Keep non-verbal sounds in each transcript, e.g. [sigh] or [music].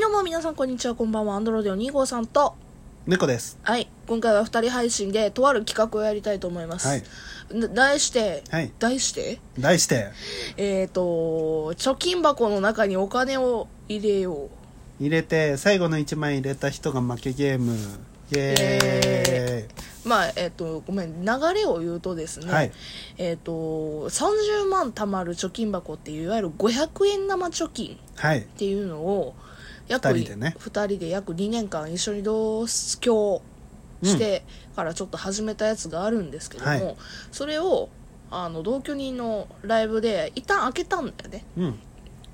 どうも皆さんこんにちは、こんばんは、アンドロデオ2号さんと、猫です。はい、今回は2人配信でとある企画をやりたいと思います。はいな題して、はい題して、題して、えっ、と、貯金箱の中にお金を入れよう。入れて、最後の1枚入れた人が負けゲーム。イェーイ。まあ、えっ、と、ごめん、流れを言うとですね、はいえっ、と、30万貯まる貯金箱っていう、いわゆる500円生貯金っはい。ていうのを、約二人でね二人で約2年間一緒に同居してからちょっと始めたやつがあるんですけども、はいそれを、あの、同居人のライブで、一旦開けたんだよね。うん。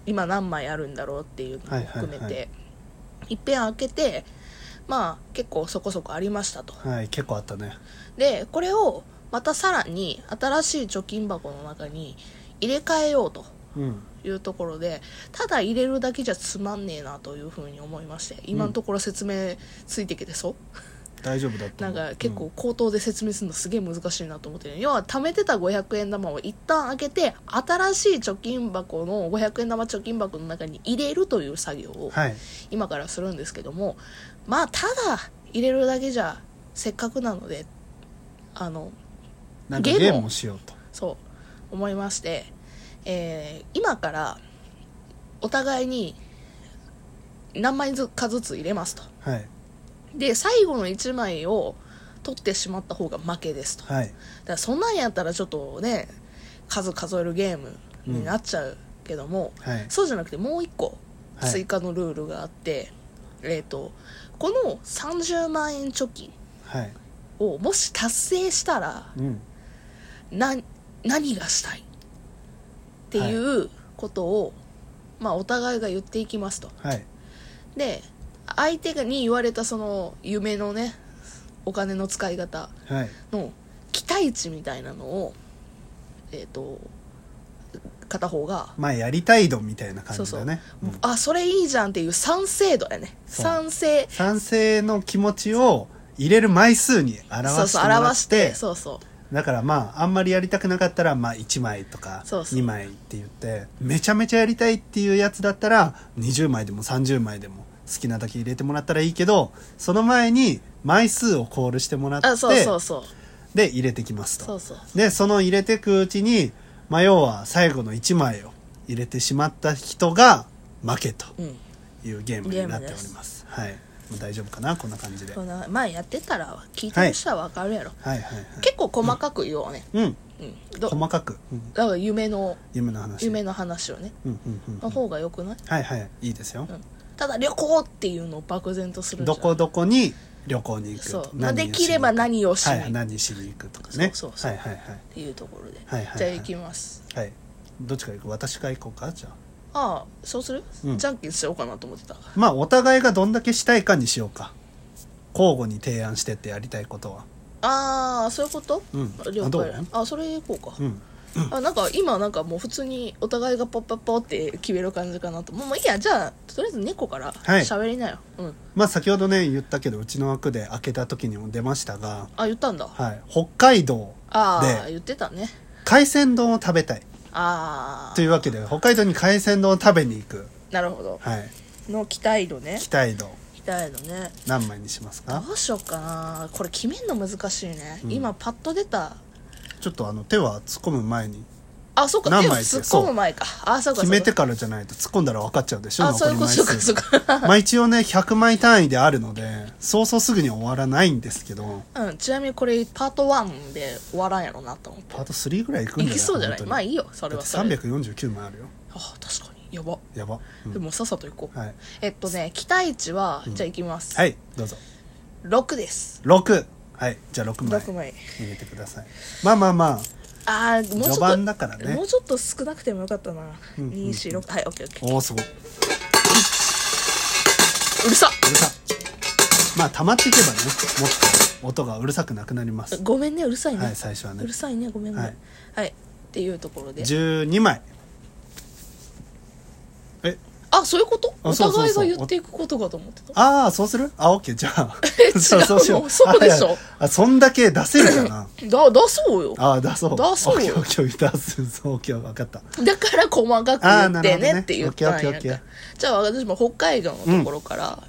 今何枚あるんだろうっていうのも含めて、はいいはいはっぺん開けて、まあ、結構そこそこありましたと。はい、結構あったね。でこれをまたさらに新しい貯金箱の中に入れ替えようとうん。いうところでただ入れるだけじゃつまんねえなというふうに思いまして今のところ説明ついてきてそう、大丈夫だっなた。んか結構口頭で説明するのすげえ難しいなと思ってる、要は貯めてた500円玉を一旦開けて新しい貯金箱の500円玉貯金箱の中に入れるという作業うん、をはい。今からするんですけどもまあただ入れるだけじゃせっかくなのであのなんかゲームゲームをしようと。そう思いまして、えー今からお互いに何枚ずかずつ入れますとはい。で最後の1枚を取ってしまった方が負けですとだかはい。らそんなんやったらちょっとね数数えるゲームになっちゃうけども、はい。そうじゃなくてもう1個はい追加のルールがあって、えっとこの30万円貯金はい。をもし達成したらうん。な何がしたいっていうことを、まあお互いが言っていきますとはい。で相手がに言われたその夢のねお金の使い方はい。の期待値みたいなのをえっ、と片方が、まあ、やりたい度みたいなそ感うじそだう、ね。うんあそれいいじゃんっていう賛成度やねそう賛成賛成の気持ちを入れる枚数に表そうしてそもうら表っしてて、そうそうだからまああんまりやりたくなかったらまあ1枚とかそうそう2枚って言ってめちゃめちゃやりたいっていうやつだったら20枚でも30枚でも好きなだけ入れてもらったらいいけどその前に枚数をコールしてもらってあそうそうそうで入れてきますそとうそうでその入れてくうちにまあ要は最後の1枚を入れてしまった人が負けとうんいうゲームになっておりますはいもう大丈夫かなこんな感じでこはいんな前やってたら聞いてる人は分かるやろ、はいはい結構細かく言おうね、うんうん、ど細かく、うん、だから夢の夢の話夢の話をねうんうんうんの方がよくない、はいはいいいですよ、うん、ただ旅行っていうのを漠然とするんじゃどんこどこに旅行に行くそう、まあ、何でをしに行くきれば何をしはないいっ何しに行くとかねそうそうそうはいはいはいていうところで、はいはいはいじゃあ行きますはいどっちから行く私から行こうかじゃあああそうする、うんじゃんけんしようかなと思ってたまあお互いがどんだけしたいかにしようか交互に提案してってやりたいことはああそういうこと、うん了あど解うあそれ行こうか、うんあなんか今なんかもう普通にお互いがポッポッポって決める感じかなともうもういいやじゃあとりあえず猫からい喋りなよ、うんまあ先ほどね言ったけどうちの枠で開けた時にも出ましたが、あ言ったんだ、はい、北海道ああで言ってたね海鮮丼を食べたいあというわけで北海道に海鮮丼を食べに行く、あなるほどはい、の期待度ね期待度期待度ね何枚にしますかどうしようかなこれ決めんの難しいね、うん今パッと出たちょっとあの手は突っ込む前にあそうか何手を枚って突っ込む前かあそうか決めそてうかからじゃないと突っ込んだら分かっちゃうでしょあそういうことそうか枚そ数うか [laughs] まあ一応ね100枚単位であるのでそうそうすぐには終わらないんですけどうんちなみにこれパート1で終わらんやろなと思ってパート3ぐらいいくんじゃいないきそうじゃない本当にまあいいよそれだっはてそれ349枚あるよあ確かにやば、やば、うんでもさっさと行こう、はい、えっとね期待値は、んじゃあ行きます、はい、どうぞ6です6はいじゃあ6枚6枚入れてくださいまあまあまあああもうちょっ序と盤だからねもうちょっと少なくてもよかったな、うん2 4 6はいオッケーオッケーおおすごいうるさるさまあ溜まっていけばねもっと音がうるさくなくなりますごめんねうるさいね、はい最初はうねるさいねごめんねははいい、っていうところで12枚えあそういうことあおそうそう互いそうが言っていくことかと思ってたああそうするあオッケーじゃあえそうそうしよ違うのそうでしょあいやあそんだけ出せるかなだ出そうよああ出そう出そうオッケーオッケー出すそうオッケー分かっただから細かくあ言ーなっるほてどねねって言ったんオッケーオやッケーオッかケじゃあ私も北海道のところから、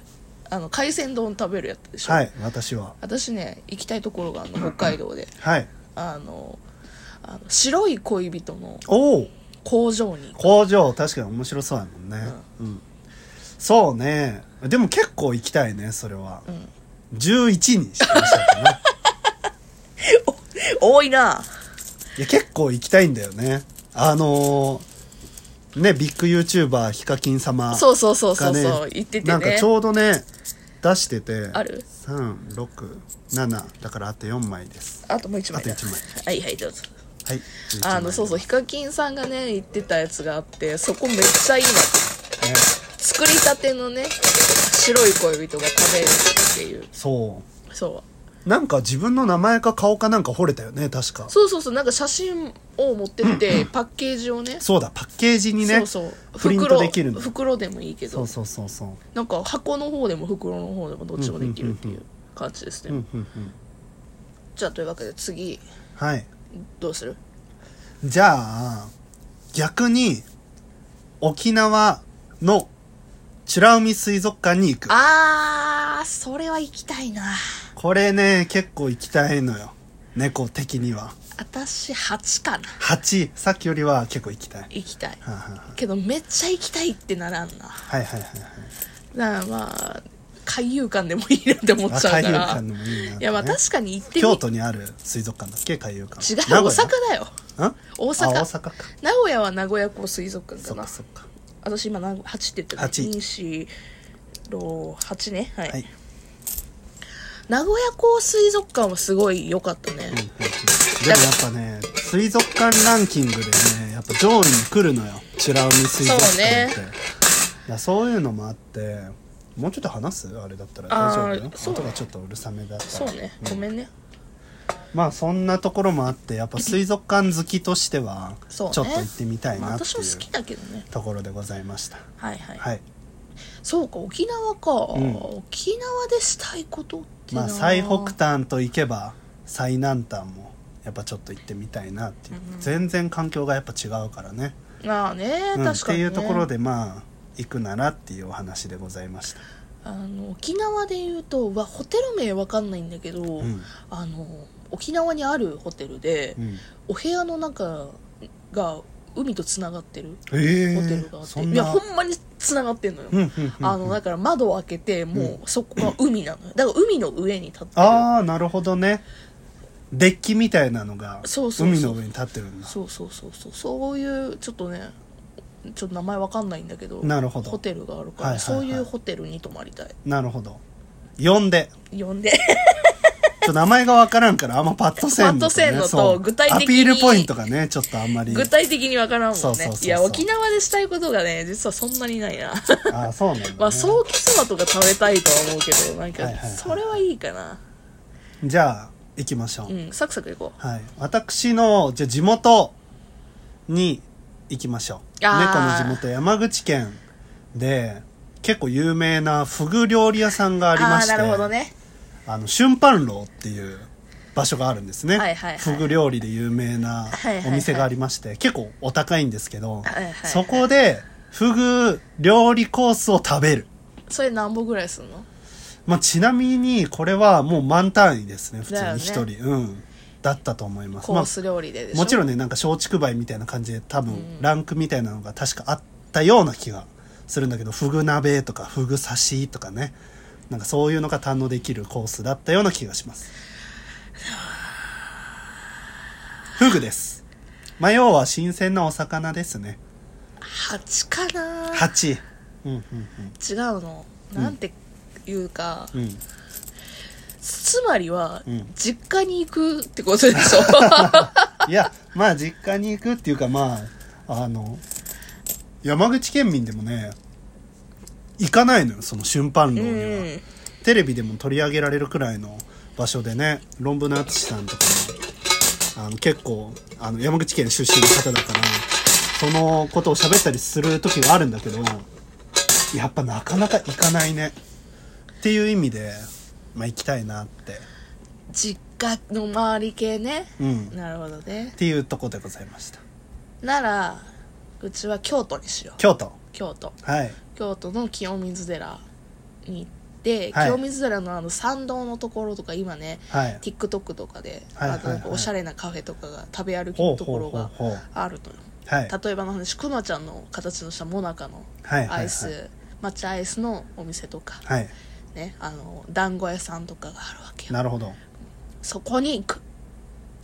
あの海鮮丼食べるやつでしょ、はい私は私ね行きたいところがあるの北海道ではいあのあの白い恋人のおお工場に工場確かに面白そうやもんねうん、そうねでも結構行きたいねそれは、ん11にしましたか [laughs] な多いないや結構行きたいんだよねあのーねビッグ YouTuber ヒカキン様がねそうそうそうそうそう言っててねなんかちょうどね出しててある367だからあと4枚ですあともう一枚だあと一枚はいはいどうぞはい11枚あのそうそうヒカキンさんがね言ってたやつがあってそこめっちゃいいのね作りたてのね白い恋人が食べるっていうそそううなんか自分の名前か顔かなんか惚れたよね確かそうそうそうなんか写真を持ってってパッケージをねそうだパッケージにねそうそうプリントできるの袋袋でもいいけどそうそうそうそうなんか箱の方でも袋の方でもどっちもできるっていう感じですね、うんうんうんじゃあというわけで次はいどうするじゃあ逆に沖縄の美ら海水族館に行くあーそれは行きたいなこれね結構行きたいのよ猫的には私8かな8さっきよりは結構行きたい行きたいはあはあはけどめっちゃ行きたいってならんなあはいはいはいはいだからまあ海遊館でもいいなって思っちゃうか海遊ら館でもいいな、ね、いやまあ確かに行ってみ京都にある水族館だっけ海遊館違う名大古屋阪だよん大あ阪大阪か名古屋は名古屋港水族館かそっなかそっか私今何8って言ったね八2 4 8ねはい、はい名古屋港水族館はすごい良かったね、でもやっぱね水族館ランキングでねやっぱ上位に来るのよ美ら海水族館ってそそうう,、そういうのもあってもうちょっと話すあれだったらあ大ー丈夫そう音がちょっとうるさめだったそうねごめんねまあそんなところもあってやっぱ水族館好きとしてはちそうょっねと行ってみたいまあなってい私も好うきだけどねところでございましたはいはい、はいそうか沖縄か、うん沖縄でしたいことってなまあ最北端と行けば最南端もやっぱちょっと行ってみたいなっていう、全然環境がやっぱ違うからね、まあねうん確かに、ねっていうところでまあ行くならっていうお話でございましたあの沖縄で言うとうわホテル名わかんないんだけど、うんあの沖縄にあるホテルで、うんお部屋の中が海とつながってるえホテルがあって、そんいやなほんまにつながってんのよ、うんうんうんうんあのだから窓を開けてもうそこが海なのよだから海の上に立ってるああなるほどねデッキみたいなのがそうそうそう海の上に立ってるんだそうそうそうそうそういうちょっとねちょっと名前わかんないんだけどなるほどホテルがあるから、はいはいはいそういうホテルに泊まりたいなるほど呼んで呼んでちょっと名前がわからんからあんまパッとせんのパッとせんのとそう具体的にアピールポイントがねちょっとあんまり具体的にわからんもんねそうそうそうそうや沖縄でしたいことがね実はそんなにないな [laughs] ああそうなんだ、ねまあソーキそばとか食べたいとは思うけどなんはいかはいはいそれはいいかな、じゃあ行きましょう、うんサクサクいこうはい、私のじゃあ地元に行きましょう猫のあー地元山口県で結構有名なフグ料理屋さんがありましてーなるほどねあの春飯楼っていう場所があるんですね、はいはいはいフグ料理で有名なはいはいお店がありまして、結構お高いんですけど、はいはいそこでフグ料理コースを食べる、それ何本ぐらいすんのまあ、ちなみにこれはもう満単位ですね普通だよにね一人、うんだったと思いますコまあース料理ででしょ、もちろんんねなんか松竹梅みたいな感じで多分ランクみたいなのが確かあったような気がするんだけどフグ鍋とかフグ刺しとかねなんかそういうのが堪能できるコースだったような気がしますフグですまあ要は新鮮なお魚ですね8かなハチうんうん違うのなんていうか、うんうんつまりは、うん実家に行くってことで [laughs] しょいやまあ実家に行くっていうかまああの山口県民でもね行かないのよその春飯う楼には、んテレビでも取り上げられるくらいの場所でね論文の淳さんとかもあの結構あの山口県出身の方だからそのことを喋ったりする時があるんだけどやっぱなかなか行かないねっていう意味でまあ行きたいなって実家の周り系ね、うんっなるほどねていうとこでございましたならうちは京都にしよう京都京都はい京都の清水寺に行って、はい清水寺のあの参道のところとか今ねはい TikTok とかで、はいはいあとなんかおしゃれなカフェとかが食べ歩きのところがほうほうほうほうあるのよはい例えばの話くまちゃんの形のしたもなかのはいアイス、はい抹茶アイスのお店とか、はいねあの団子屋さんとかがあるわけよなるほどそこに行く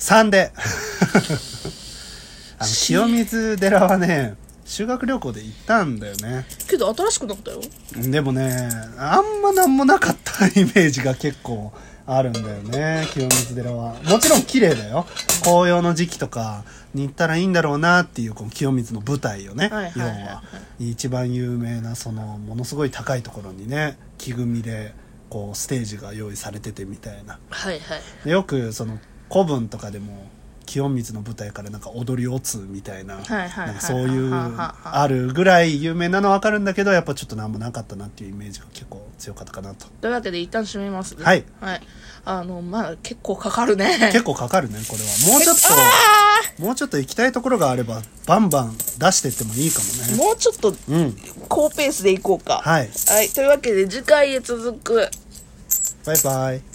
3であの清水寺はね修学旅行で行ったんだよねけど新しくなったよでもねあんまなんもなかった [laughs] イメージが結構あるんだよね清水寺はもちろん綺麗だよ紅葉の時期とかに行ったらいいんだろうなっていうこの清水の舞台よね、はいはいはいはい要は一番有名なそのものすごい高いところにね木組みでこうステージが用意されててみたいなはいはいでよくその古文とかでも清水の舞台からなんか踊り落つみたいなはいはいなんかそういうはあはあはああるぐらい有名なのは分かるんだけどやっぱちょっと何もなかったなっていうイメージが結構強かったかなとというわけで一旦閉めますねはい、はい、あのまあ結構かかるね結構かかるねこれはもうちょっともうちょっと行きたいところがあればバンバン出してってもいいかもねもうちょっとうん高ペースでいこうかはいはい、というわけで次回へ続くバイバイ